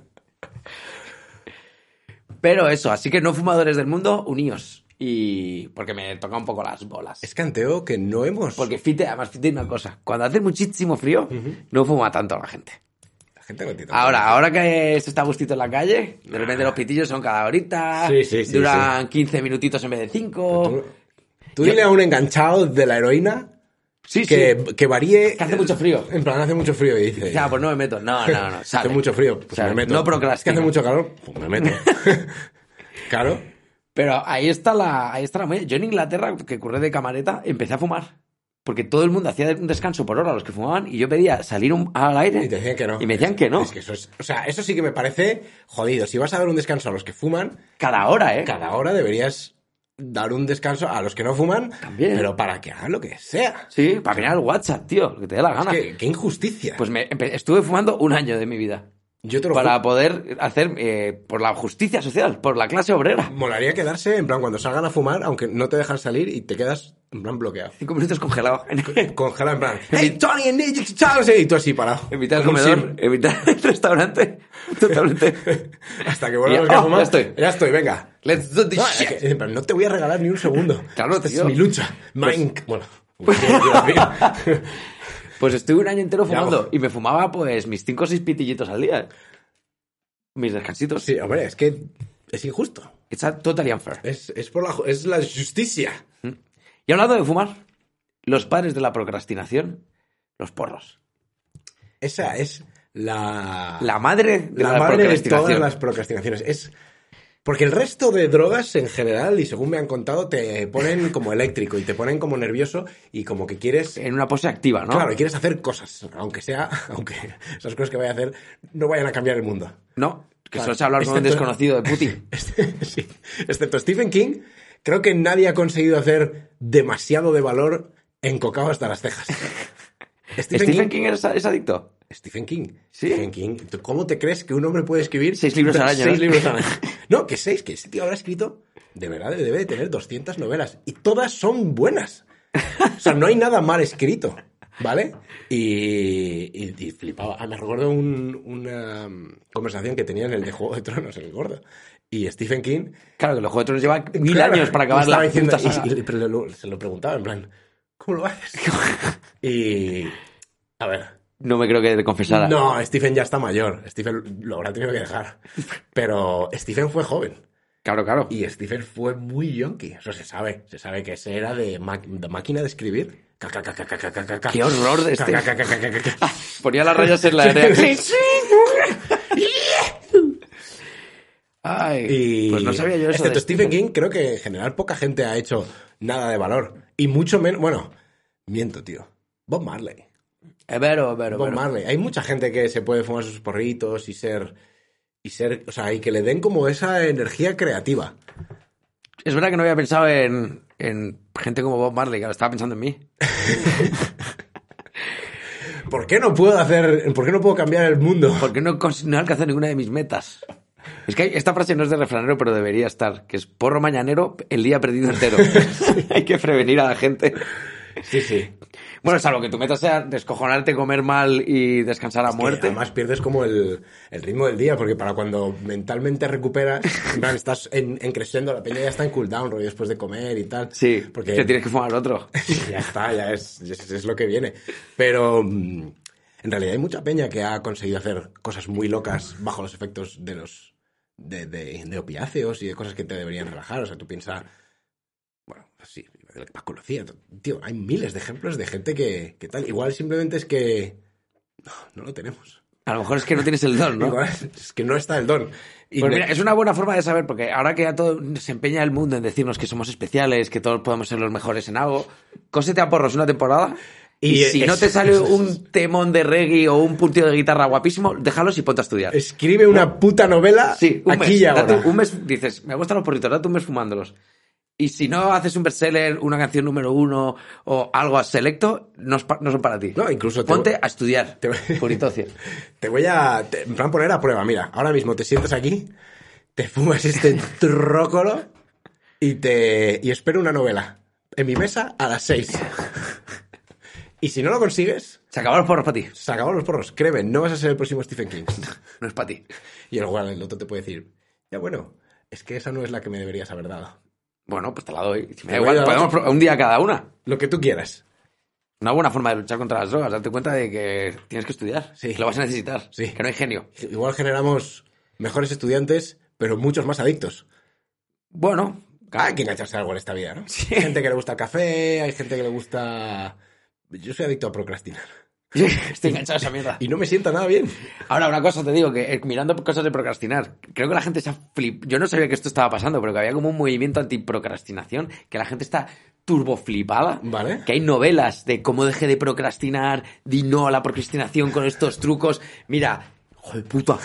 Pero eso, así que no fumadores del mundo, uníos. Y porque me toca un poco las bolas.
Es canteo que no hemos.
Porque Fite, además Fite una cosa, cuando hace muchísimo frío, no fuma tanto la gente.
La gente no tiene.
Ahora, ahora que se está a gustito en la calle, de repente los pitillos son cada horita,
Sí, sí, sí,
duran 15 minutitos en vez de 5.
Tú, tú dile a un enganchado de la heroína
Sí,
que, que varíe.
Que hace mucho frío.
En plan, hace mucho frío y dice.
sí. Ah, pues no me meto. No, no, no.
hace
sale.
mucho frío, pues
Sale.
me meto.
No
Es que
procrastina.
hace mucho calor, pues me meto. claro.
Pero ahí está la, ahí está la molla. Yo en Inglaterra, que curré de camareta, empecé a fumar. Porque todo el mundo hacía un descanso por hora los que fumaban y yo pedía salir un- al aire.
Y te decían que no.
Y me decían que no.
Es que eso es- o sea, eso sí que me parece jodido. Si vas a dar un descanso a los que fuman,
Cada hora, ¿eh?
cada hora deberías dar un descanso a los que no fuman,
También.
pero para que hagan lo que sea.
Sí, para mirar el WhatsApp, tío, lo que te dé la
Es
gana.
que, qué injusticia.
Pues me, empe- estuve fumando un año de mi vida.
Yo te lo
para
juro.
poder hacer eh, por la justicia social, por la clase obrera.
Molaría quedarse, en plan, cuando salgan a fumar, aunque no te dejan salir y te quedas, en plan, bloqueado.
Cinco minutos congelado.
Congelado, en plan, ¡Hey, Tony, I need you to talk", Y tú así parado.
Evitar el
Como
comedor, evitar el restaurante. Totalmente.
si- Hasta que vuelvan
Ya-
los que
oh,
a fumar.
ya estoy.
Ya estoy, venga.
Let's do this
No,
shit.
es que, en plan, no te voy a regalar ni un segundo.
Claro,
Esta es
tío.
mi lucha. Mine- Bueno. pues, Dios mío.
Pues estuve un año entero
Ya,
fumando
ojo.
y me fumaba pues mis cinco o seis pitillitos al día. Mis descansitos.
Sí, hombre, es que es injusto.
It's a totally unfair.
Es, es por la, ju- es la justicia.
Y hablando de fumar, los padres de la procrastinación, los porros.
Esa es la...
La madre de la,
la madre de
procrastinación.
todas las procrastinaciones. Es porque el resto de drogas en general, y según me han contado, te ponen como eléctrico y te ponen como nervioso y como que quieres...
En una pose activa, ¿no?
Claro, y quieres hacer cosas, aunque sea, aunque esas cosas que vaya a hacer no vayan a cambiar el mundo.
No, que
Claro.
solo se hablar con un
Excepto-
desconocido de Putin.
Este, Sí. Excepto Stephen King, creo que nadie ha conseguido hacer demasiado de valor encocado hasta las cejas. Stephen,
¿Stephen
King.
King es, es adicto?
Stephen King.
Sí.
Stephen King. ¿Tú ¿Cómo te crees que un hombre puede escribir
Seis libros al año,
Seis
¿no?
libros al año. No, que seis, que ese tío habrá escrito, de verdad, debe de tener 200 novelas y todas son buenas. O sea, no hay nada mal escrito, ¿vale? Y, y- y flipaba. Ah, me recuerdo un- una um, conversación que tenía en el de Juego de Tronos, el gordo. Y Stephen King
Claro, que los Juegos de Tronos llevan mil
Claro,
años para
y
acabar
estaba
la
diciendo-
puta
y-
saga.
y le- pero lo- se lo preguntaba en plan, ¿cómo lo haces? y... A ver.
No me creo que te confesara.
No, Stephen ya está mayor. Stephen lo habrá tenido que dejar. Pero Stephen fue joven.
Claro, claro.
Y Stephen fue muy yonki. Eso se sabe. Se sabe que ese era de, ma- de máquina de escribir. Ca, ca, ca, ca, ca, ca, ca, ca.
Qué horror de
Ca,
este.
ca, ca, ca, ca, ca, ca.
Ponía las rayas en la área. Ay,
Y- este
pues no sabía yo eso.
Excepto
de-
Stephen King, creo que en general poca gente ha hecho nada de valor. Y mucho menos... Bueno, miento, tío. Bob Marley.
Es vero, es vero,
Bob
es vero.
Marley. Hay mucha gente que se puede fumar sus porritos y ser. Y ser. O sea, y que le den como esa energía creativa.
Es verdad que no había pensado en, en gente como Bob Marley, que ahora estaba pensando en mí.
¿Por qué no puedo hacer. ¿Por qué no puedo cambiar el mundo?
Porque no, cons- no he alcanzado ninguna de mis metas. Es que hay- esta frase no es de refranero, pero debería estar, que es porro mañanero, el día perdido entero. hay que prevenir a la gente.
Sí, sí.
Bueno, salvo que tu meta sea descojonarte, comer mal y descansar a
Que
muerte.
además pierdes como el, el ritmo del día, porque para cuando mentalmente recuperas, en plan, estás en, en creciendo, la peña ya está en cooldown, rollo después de comer y tal.
Sí,
porque
te tienes que fumar otro.
ya está, ya es, ya es, es lo que viene. Pero mm, en realidad hay mucha peña que ha conseguido hacer cosas muy locas bajo los efectos de los de, de- de opiáceos y de cosas que te deberían relajar. O sea, tú piensas, bueno, sí, de la pascología, tío, hay miles de ejemplos de gente que, que tal. Igual simplemente es que no, no lo tenemos.
A lo mejor es que no tienes el don, ¿no?
Igual es que no está el don. Y
Pues
ne-
mira, es una buena forma de saber, porque ahora que ya todo se empeña el mundo en decirnos que somos especiales, que todos podemos ser los mejores en algo, cósete a porros una temporada. Y,
Y
si
es-
no te sale
eso es-
un temón de reggae o un punteo de guitarra guapísimo, déjalos y ponte a estudiar.
escribe una puta novela
Sí, un
aquí
mes.
y ahora.
date un mes dices, me gustan los porritos, date un mes fumándolos. Y si no haces un bestseller, una canción número uno o algo a selecto, no, es pa- no son para ti.
No, incluso te-
Ponte a estudiar.
te-
Purito cien.
Te voy a. te- en plan, poner a prueba. Mira, ahora mismo te sientas aquí, te fumas este trócolo y te. Y espero una novela. En mi mesa a las 6. Y si no lo consigues,
Se acabaron los porros para ti.
se acabaron los porros. Créeme, no vas a ser el próximo Stephen King.
No es para ti.
Y el, igual el otro te puede decir, ya bueno, es que esa no es la que me deberías haber dado.
Bueno, pues te la doy. Si
Te
me da
voy a
igual,
dar
podemos pro- un día cada una.
Lo que tú quieras.
Una buena forma de luchar contra las drogas, darte cuenta de que tienes que estudiar,
Sí.
que lo vas a necesitar,
Sí.
que no hay genio.
Igual generamos mejores estudiantes, pero muchos más adictos.
Bueno,
Hay que engancharse a algo en esta vida, ¿no? Hay gente que le gusta el café, hay gente que le gusta... Yo soy adicto a procrastinar.
estoy enganchado a esa mierda.
Y no me sienta nada bien.
Ahora, una cosa te digo, que eh, mirando cosas de procrastinar, creo que la gente se ha flip... Yo no sabía que esto estaba pasando, pero que había como un movimiento antiprocrastinación, que la gente está turboflipada.
Vale.
Que hay novelas de cómo dejé de procrastinar, di no a la procrastinación con estos trucos. Mira, joder puta.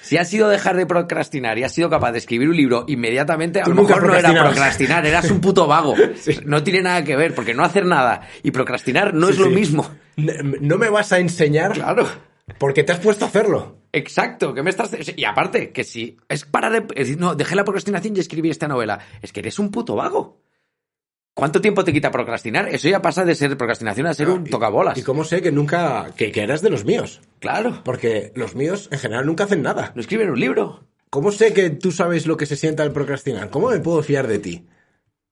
Si has sido dejar de procrastinar y has sido capaz de escribir un libro inmediatamente, a
Tú
lo
nunca
mejor no era
procrastinabas.
procrastinar, eras un puto vago. No tiene nada que ver, porque no hacer nada y procrastinar no es
Sí,
lo
sí.
mismo.
N- No me vas a enseñar
Claro.
porque te has puesto a hacerlo.
Exacto, que me estás. Y aparte, que si es para. de- es decir, no, dejé la procrastinación y escribí esta novela. Es que eres un puto vago. ¿Cuánto tiempo te quita procrastinar? Eso ya pasa de ser procrastinación a ser un tocabolas.
¿Y cómo sé que nunca, que, que eras de los míos?
Claro.
Porque los míos en general nunca hacen nada.
No escriben un libro.
¿Cómo sé que tú sabes lo que se sienta al procrastinar? ¿Cómo me puedo fiar de ti?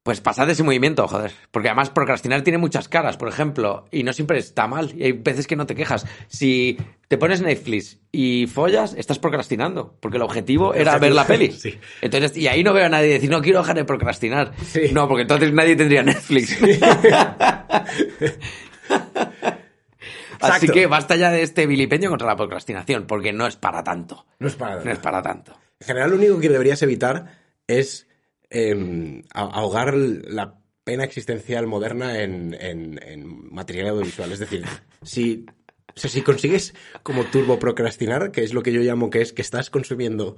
Pues pasad ese movimiento, joder. Porque además procrastinar tiene muchas caras, por ejemplo, y no siempre está mal. Y hay veces que no te quejas. Si te pones Netflix y follas, estás procrastinando. Porque el objetivo era ver la peli.
Sí.
Entonces, y ahí no veo a nadie decir, no quiero dejar de procrastinar.
Sí.
No, porque entonces nadie tendría Netflix. Así
Exacto.
que basta ya de este vilipendio contra la procrastinación, porque no es para tanto.
No es para nada.
No es para tanto.
En general, lo único que deberías evitar es eh, a- ahogar la pena existencial moderna en, en- en material audiovisual. Es decir, si, o sea, si consigues como turbo procrastinar, que es lo que yo llamo que es que estás consumiendo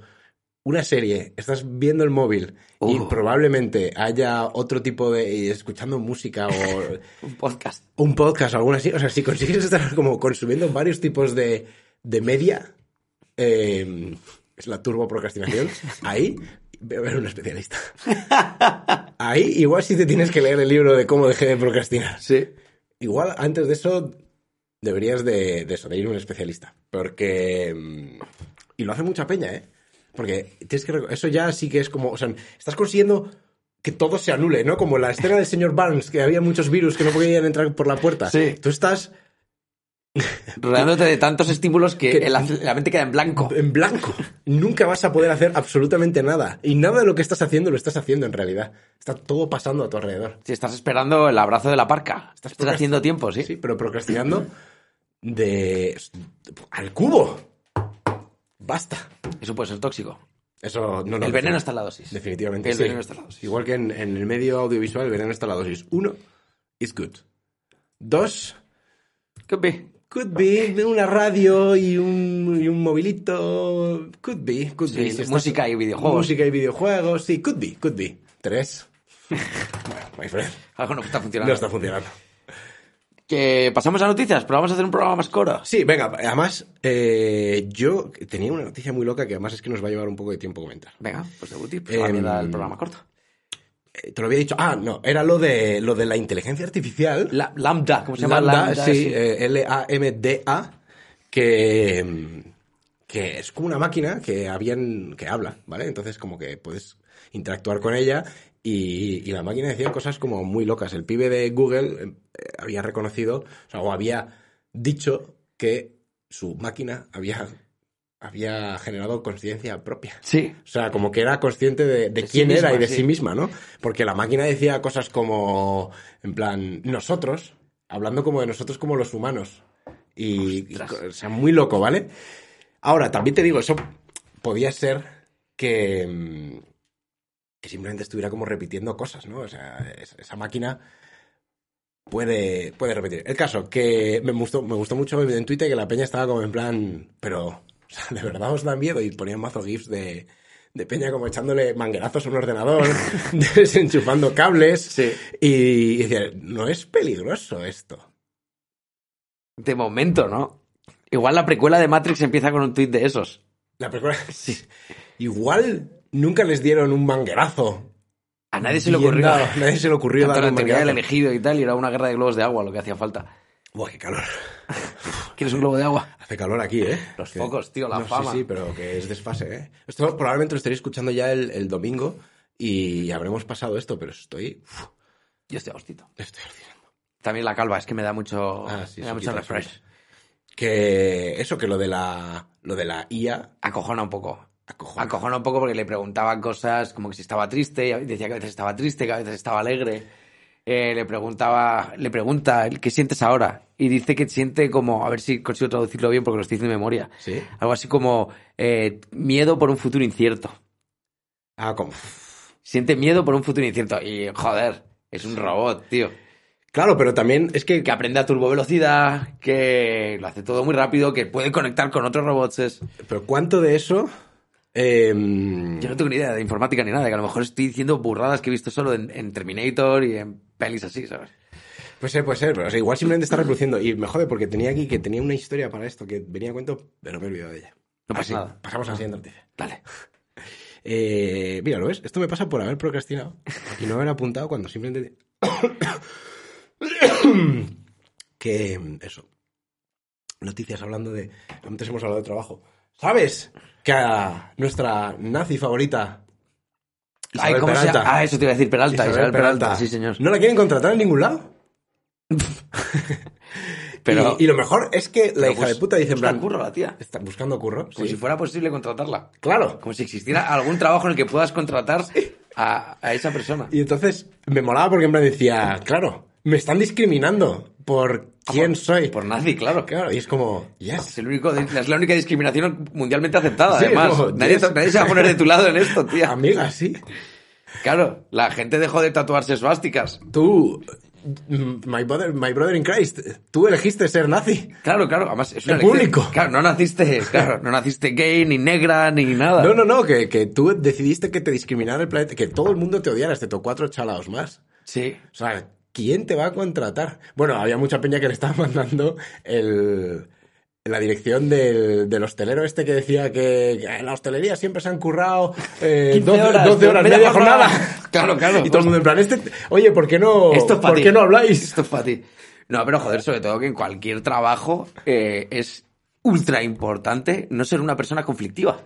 una serie, estás viendo el móvil y
Uh.
probablemente haya otro tipo de... y escuchando música o
Un podcast.
un podcast o alguna así. O sea, si consigues estar como consumiendo varios tipos de, de media, eh, es la turbo procrastinación, ahí voy a ver un especialista. Ahí igual si te tienes que leer el libro de cómo dejé de procrastinar.
Sí.
Igual antes de eso deberías de, de eso, de ir a un especialista. Porque... mm, Y lo hace mucha peña, ¿eh? Porque tienes que... reco- Eso ya sí que es como... O sea, estás consiguiendo que todo se anule, ¿no? Como la escena del señor Barnes, que había muchos virus que no podían entrar por la puerta.
Sí.
Tú estás
Rodeándote de tantos estímulos que,
Que-
la, la mente queda en blanco.
en blanco. Nunca vas a poder hacer absolutamente nada. Y nada de lo que estás haciendo lo estás haciendo en realidad. Está todo pasando a tu alrededor.
Si estás esperando el abrazo de la parca. Estás,
procrasti-
haciendo tiempo, ¿sí?
Sí, pero procrastinando de... al cubo. Basta.
Eso puede ser tóxico.
Eso no lo
el veneno
recibo.
está en la dosis.
Definitivamente.
El
sí.
veneno está en la dosis.
Igual que en, en el medio audiovisual, el veneno está en la dosis. Uno, is good. Dos,
Could be.
could be una radio y un, y un movilito. Could be, could
Sí,
be. Si estás-
música y videojuegos.
Música y videojuegos, sí, could be, could be. Tres. bueno, my friend,
Algo no está funcionando.
no está funcionando.
Que pasamos a noticias, pero vamos a hacer un programa más coro.
Sí, venga, además, eh, yo tenía una noticia muy loca que además es que nos va a llevar un poco de tiempo comentar.
Venga, pues de Guti, pues
Eh,
a la mierda el programa corto.
Eh, Te lo había dicho. Ah, no, era lo de, lo de la inteligencia artificial.
La- lambda, ¿cómo se llama?
Lambda, sí,
sí.
eh, L-A-M-D-A, que, mm, que es como una máquina que, habían, que habla, ¿vale? Entonces como que puedes interactuar con ella y, y la máquina decía cosas como muy locas. El pibe de Google eh, había reconocido, o sea, o había dicho que su máquina había, había generado conciencia propia.
Sí.
O sea, como que era consciente de, de
De sí
quién era
misma,
y de
sí.
sí misma, ¿no? Porque la máquina decía cosas como, en plan, nosotros, hablando como de nosotros como los humanos. Y, y
Ostras.
co- o sea, muy loco, ¿vale? Ahora, también te digo, eso podía ser que, mm, que simplemente estuviera como repitiendo cosas, ¿no? O sea, es- esa máquina puede, puede repetir. El caso, que me gustó, me gustó mucho en Twitter que la peña estaba como en plan, pero, o sea, de verdad os da miedo y ponían mazo GIFs de, de peña como echándole manguerazos a un ordenador, desenchufando cables.
Sí.
Y decía, no es peligroso esto.
De momento, ¿no? Igual la precuela de Matrix empieza con un tuit de esos.
La película... Igual nunca les dieron un manguerazo.
A nadie se le
Bien
ocurrió.
dado, nadie se le ocurrió
Tanto
darle
la
un
teoría del
manguerazo.
elegido y tal, y era una guerra de globos de agua lo que hacía falta.
Buah, qué calor.
¿Quieres un globo de agua?
Hace calor aquí, ¿eh?
Los
Que-
focos, tío, la
no, sí,
fama.
Sí, pero que es desfase, ¿eh? Esto probablemente lo estaréis escuchando ya el, el domingo y habremos pasado esto, pero estoy... uf,
Yo estoy agostito.
estoy alucinando.
También la calva, es que me da mucho,
Ah, sí,
me da
eso
mucho
quita,
refresh.
Que eso, que lo de la, lo de la IA...
Acojona un poco.
Acojona.
Acojona un poco porque le preguntaba cosas como que si estaba triste, y decía que a veces estaba triste, que a veces estaba alegre. Eh, le preguntaba, le pregunta, ¿qué sientes ahora? Y dice que siente como, a ver si consigo traducirlo bien porque lo estoy diciendo de memoria.
Sí.
Algo así como eh, miedo por un futuro incierto.
Ah, como...
Siente miedo por un futuro incierto. Y joder, es un robot, tío.
Claro, pero también es que...
Que aprende a turbovelocidad, que lo hace todo muy rápido, que puede conectar con otros robots. Es...
Pero ¿cuánto de eso... eh,
Yo no tengo ni idea de informática ni nada, que a lo mejor estoy diciendo burradas que he visto solo en, en Terminator y en pelis así, ¿sabes?
Puede ser, puede ser, pero o sea, igual simplemente está reproduciendo. Y me jode porque tenía aquí que tenía una historia para esto que venía a cuento, pero me he olvidado de ella.
No pasa
Así,
nada. Ah.
Pasamos a la siguiente noticia.
Dale.
Eh, mira, ¿lo ves? Esto me pasa por haber procrastinado y no haber apuntado cuando simplemente... que eso. Noticias hablando de... Antes hemos hablado de trabajo. ¿Sabes? Que a nuestra nazi favorita...
Ay,
Isabel
¿cómo se llama?
Peralta.
Ah, eso te iba a decir Peralta. Isabel, Peralta. Sí, señor.
¿No la quieren contratar en ningún lado?
Pero,
y, y lo mejor es que la
pero
hija
bus-
de puta dice en
busca
plan...
curro la tía.
Está buscando curro.
Como
sí.
si fuera posible contratarla.
Claro.
Como si existiera algún trabajo en el que puedas contratar a, a esa persona.
Y entonces me molaba porque en plan decía, claro, me están discriminando por quién soy.
Por nazi, claro.
Claro, y es como, yes.
Es, el único, es la única discriminación mundialmente aceptada,
Sí,
además.
como,
nadie,
yes.
nadie se va a poner de tu lado en esto, tía.
Amiga, sí.
Claro, la gente dejó de tatuarse esvásticas.
Tú, mm, my brother, my brother in Christ, tú elegiste ser nazi.
Claro, claro, además es
El
una elección.
público.
Claro, no naciste, claro, no naciste gay, ni negra, ni nada.
No, no, no, que, que tú decidiste que te discriminara el planeta, que todo el mundo te odiara, excepto cuatro chalaos más.
Sí.
O sea, ¿quién te va a contratar? Bueno, había mucha peña que le estaba mandando el, la dirección del, del hostelero este que decía que que en la hostelería siempre se han currado eh,
15
12
horas,
12 horas,
media
media jornada.
jornada. Claro, claro.
Y todo el mundo en plan, este, oye, ¿por qué no,
Esto es para
Oh, ¿por
ti.
qué no habláis?
Esto es para ti. No, pero joder, sobre todo que en cualquier trabajo eh, es ultra importante no ser una persona conflictiva.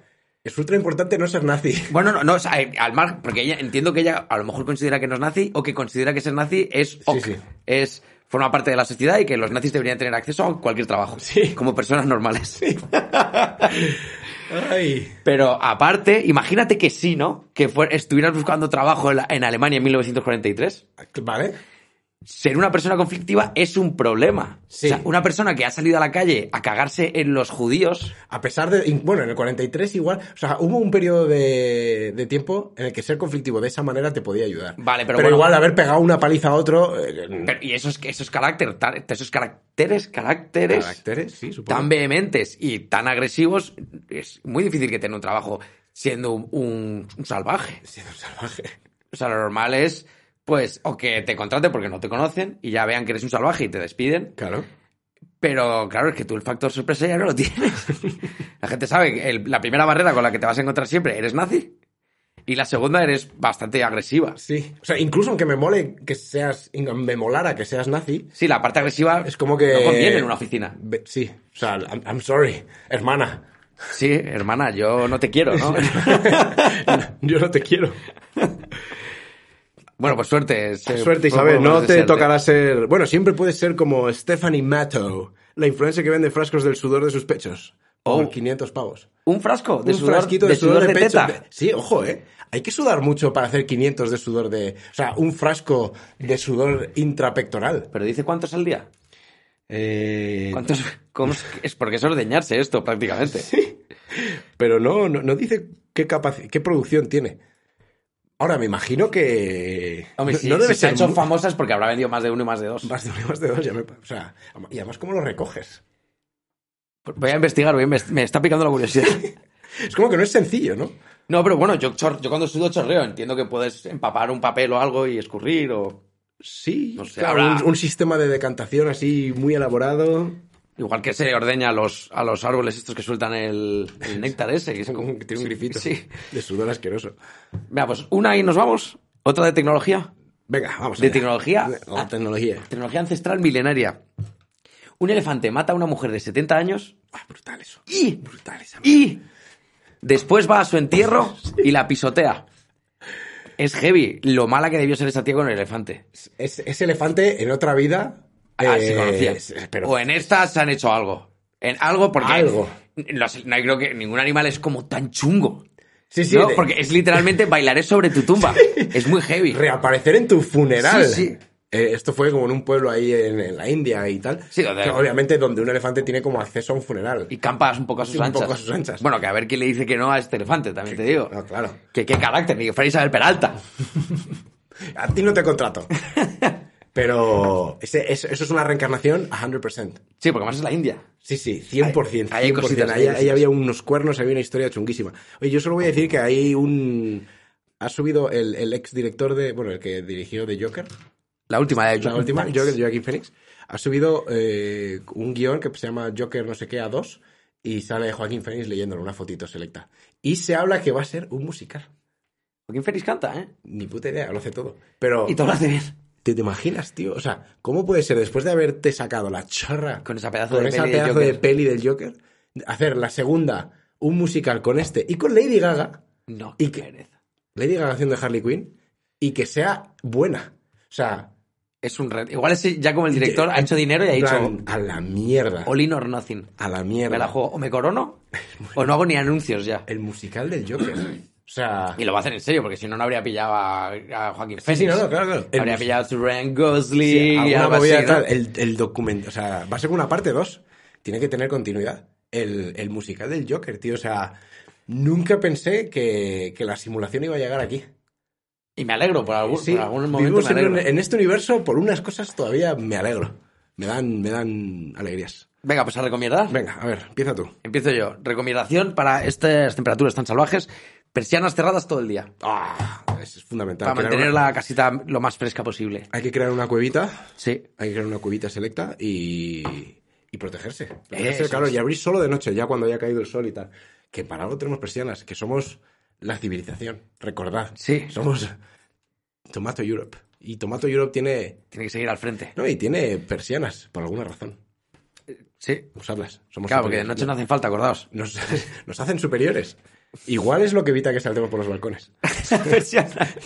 Es ultra importante no ser nazi.
Bueno, no, no, o sea, eh, al mar, porque ella entiendo que ella a lo mejor considera que no es nazi o que considera que ser nazi es ok,
sí.
es forma parte de la sociedad y que los nazis deberían tener acceso a cualquier trabajo,
Sí.
como personas normales.
Ay.
Pero aparte, imagínate que sí, ¿no? Que fue- estuvieras buscando trabajo en, la- en Alemania en 1943.
Vale.
Ser una persona conflictiva es un problema.
Sí.
O sea, una persona que ha salido a la calle a cagarse en los judíos.
A pesar de. in- Bueno, en el 43 igual. O sea, hubo un periodo de, de tiempo en el que ser conflictivo de esa manera te podía ayudar.
Vale, pero bueno.
igual haber pegado una paliza a otro. eh,
Pero- y esos, esos, carácter, tan- esos caracteres, caracteres
Caracteres, sí, supongo.
tan vehementes y tan agresivos, es muy difícil que tenga un trabajo siendo un- un- un salvaje.
Siendo un salvaje.
O sea, lo normal es, pues, o que te contraten porque no te conocen y ya vean que eres un salvaje y te despiden.
Claro.
Pero claro, es que tú el factor sorpresa ya no lo tienes. la gente sabe que el- la primera barrera con la que te vas a encontrar siempre eres nazi. Y la segunda eres bastante agresiva.
Sí. O sea, incluso aunque me mole que seas. Me molara que seas nazi.
Sí, la parte agresiva
Es como que-
no conviene en una oficina.
ve- Sí. O sea, I'm, I'm sorry, hermana.
Sí, hermana, yo no te quiero, ¿no?
Yo no te quiero.
bueno, pues suerte. se-
Suerte,
por-
Isabel.
por-
No
por
te
desearte.
tocará ser. Bueno, siempre puedes ser como Stephanie Matto, la influencer que vende frascos del sudor de sus pechos. Por
Oh.
500 pavos.
Un frasco de
un
sudor,
frasquito de,
de
sudor, de, pecho.
teta.
de- Sí, ojo, ¿eh? Hay que sudar mucho para hacer 500 de sudor de... O sea, un frasco de sudor intrapectoral.
Pero dice cuántos al día.
Eh,
¿Cuántos? cómo es- es porque es ordeñarse esto prácticamente.
pero no, no, no dice qué, capaci- qué producción tiene. Ahora, me imagino que...
Hombre,
no,
si,
no
si
debe
se ha
ser
hecho
mu-
famosas porque habrá vendido más de uno y más de dos.
más de uno, más de dos. Ya me, o sea, y además, ¿cómo lo recoges?
Voy a investigar, voy a invest- me está picando la curiosidad.
Es como que no es sencillo, ¿no?
No, pero bueno, yo, chor- yo cuando sudo chorreo, entiendo que puedes empapar un papel o algo y escurrir o...
Sí,
No sé,
claro,
habrá-
un, un sistema de decantación así muy elaborado.
Igual que se ordeña a los, a los árboles estos que sueltan el, el néctar ese. que es como-
Como que tiene un grifito
Sí.
de sudor asqueroso.
Mira, pues una y nos vamos. Otra de tecnología.
Venga, vamos.
¿De
allá.
tecnología?
O tecnología.
Tecnología ancestral milenaria. Un elefante mata a una mujer de 70 años
Ah, brutal eso.
y...
Brutal esa.
Y después va a su entierro y la pisotea. Es heavy lo mala que debió ser esa tía con el elefante.
Es, ese elefante en otra vida.
Ah,
eh,
se conocía.
es- pero
O en estas han hecho algo. En algo porque...
Algo.
los- no creo que ningún animal es como tan chungo.
Sí, sí,
¿no?
de-
Porque es literalmente bailaré sobre tu tumba. Es muy heavy.
reaparecer en tu funeral.
Sí, sí.
Eh, esto fue como en un pueblo ahí en, en la India y tal.
Sí, donde-
Que obviamente donde un elefante tiene como acceso a un funeral.
Y campas un poco a sus
Sí, un
anchas.
poco a sus anchas.
Bueno, que a ver quién le dice que no a este elefante, también te digo.
No, claro.
Que qué carácter, ni que fuera Isabel Peralta.
A ti no te contrato. pero ese- es- eso es una reencarnación 100%.
Sí, porque más es la India.
Sí, sí, 100%.
Ahí- ahí hay
100%.
cositas,
Ahí-
ahí hay
ahí había unos cuernos, había una historia chunguísima. Oye, yo solo voy a decir que hay un... Ha subido el, el ex director de... Bueno, el que dirigió de Joker.
La última de
La última, Joker, Joaquin Phoenix. Ha subido eh, un guión que se llama Joker no sé qué a dos y sale Joaquín Phoenix leyéndole una fotito selecta. Y se habla que va a ser un musical.
Joaquín Félix canta, ¿eh?
Ni puta idea, lo hace todo. Pero
Y todo lo hace bien.
¿Te, te imaginas, tío? O sea, ¿cómo puede ser después de haberte sacado la chorra
Con esa pedazo
con
de
esa
peli de
pedazo
Joker.
de peli del Joker, hacer la segunda, un musical con este y con Lady Gaga,
No,
Y
qué
que-
pereza.
Lady Gaga haciendo de Harley Quinn, y que sea buena? O sea,
Es un reto. Igual ese, ya como el director ha hecho dinero y ha
en
dicho
plan, a la mierda,
all in or nothing.
a la mierda.
Me la juego. O me corono o Pues no hago ni anuncios ya.
El musical del Joker. O sea,
Y lo va a hacer en serio, porque si no, no habría pillado a, a Joaquín Phoenix.
sí, no, no, claro, claro. El
habría
mus-
pillado a Ryan
sí,
Gosling.
alguna
algo así,
movida
¿no?
tal, el, el documento, o sea, va a ser una parte 2, tiene que tener continuidad. El, el musical del Joker, tío, o sea, nunca pensé que, que la simulación iba a llegar aquí.
Y me alegro por, algún,
Sí,
por algún momento.
vivimos
Me
en,
alegro.
un- en este universo por unas cosas todavía me alegro. Me dan, me dan alegrías.
Venga, pues a recomendar.
Venga, a ver, empieza tú.
Empiezo yo. Recomendación para estas temperaturas tan salvajes: persianas cerradas todo el día.
Ah, es fundamental.
Para
Crear
mantener
una-
la casita lo más fresca posible.
Hay que crear una cuevita,
Sí.
hay que crear una cuevita selecta y, y protegerse. Protegerse,
Eso
claro,
es.
y abrir solo de noche, ya cuando haya caído el sol y tal. Que para algo tenemos persianas, que somos la civilización, recordad.
Sí.
Somos Tomato Europe. Y Tomato Europe tiene...
Tiene que seguir al frente.
No, y tiene persianas, por alguna razón.
Sí.
Usarlas. Somos
Claro, porque de
superiores.
noche no hacen falta, acordaos.
nos, nos hacen superiores. Igual es lo que evita que saltemos por los balcones.
Persianas.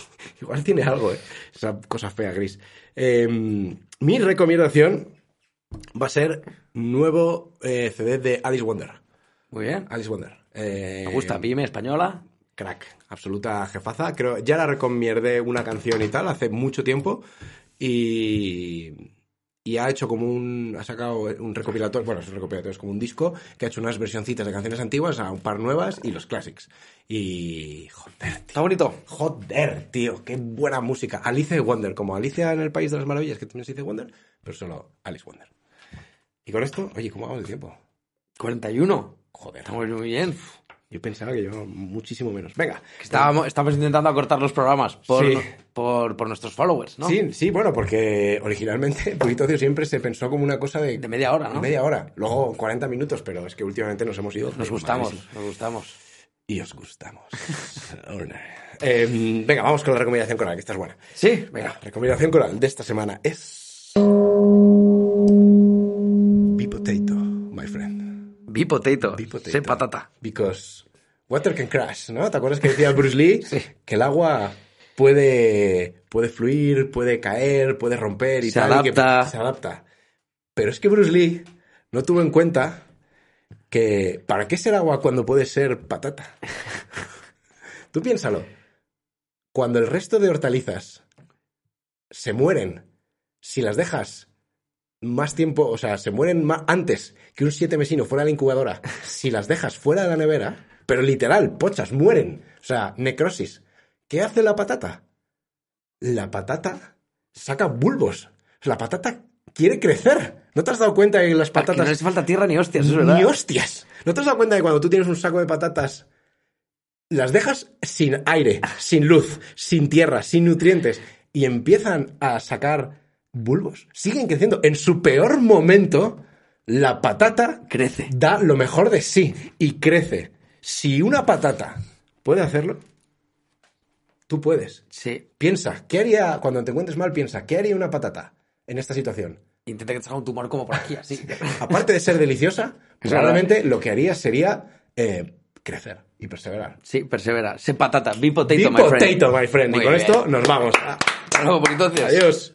Igual tiene algo, ¿eh? Esa cosa fea gris. Eh, mi recomendación va a ser nuevo eh, CD de Alice Wonder.
Muy bien.
Alice Wonder. Eh,
Me gusta. Pyme española.
Crack. Absoluta jefaza. Creo, ya la recomiendé una canción y tal hace mucho tiempo. Y... Y ha hecho como un... Ha sacado un recopilatorio... Bueno, es un recopilatorio, es como un disco que ha hecho unas versioncitas de canciones antiguas a un par nuevas y los clásicos. Y... Joder, tío.
Está bonito.
Joder, tío, qué buena música. Alice Wonder, como Alicia en el País de las Maravillas, que también se dice Wonder, pero solo Alice Wonder. Y con esto, oye, ¿cómo vamos de tiempo?
41.
Joder,
Estamos muy bien.
yo pensaba que llevaba muchísimo menos. Venga,
Que Estábamos, estamos intentando acortar los programas por,
Sí.
por, por nuestros followers, ¿no?
Sí, sí, bueno, porque originalmente Purito Ocio siempre se pensó como una cosa de,
De media hora, ¿no?
media hora, luego 40 minutos, pero es que últimamente nos hemos ido.
Nos
de
gustamos,
madres.
nos gustamos.
Y os gustamos. Eh, venga, vamos con la recomendación coral, que esta es buena.
Sí,
Venga,
venga.
recomendación coral de esta semana es. Be potato, my friend.
Be potato.
Be potato.
Sé patata.
Because water can crash, ¿no? ¿Te acuerdas que decía Bruce Lee? Que el agua puede, puede fluir, puede caer, puede romper y
Se
tal. y que
adapta.
se adapta. Pero es que Bruce Lee no tuvo en cuenta que. ¿Para qué ser agua cuando puede ser patata? Tú piénsalo. Cuando el resto de hortalizas se mueren, si las dejas más tiempo, o sea, se mueren ma- antes que un siete mesino fuera de la incubadora, si las dejas fuera de la nevera, pero literal, pochas, mueren. O sea, necrosis. ¿Qué hace la patata? La patata saca bulbos. La patata quiere crecer. ¿No te has dado cuenta que las
Patatas.
patatas
no les falta tierra ni hostias, es verdad.
ni hostias. ¿No te has dado cuenta que cuando tú tienes un saco de patatas, las dejas sin aire, sin luz, sin tierra, sin nutrientes, y empiezan a sacar bulbos? Siguen creciendo. En su peor momento, la patata
Crece.
da lo mejor de sí y crece. Si una patata puede hacerlo, tú puedes.
Sí.
Piensa, ¿qué haría cuando te encuentres mal? Piensa, ¿qué haría una patata en esta situación?
Intenta que te salga un tumor como por aquí, así.
aparte de ser deliciosa,
Es verdad.
probablemente lo que haría sería eh, crecer y perseverar.
Sí, persevera. Sé patata. Be potato,
Be
my friend.
potato, my friend.
Muy
y con
bien.
esto nos vamos.
Hasta luego, pues entonces.
Adiós.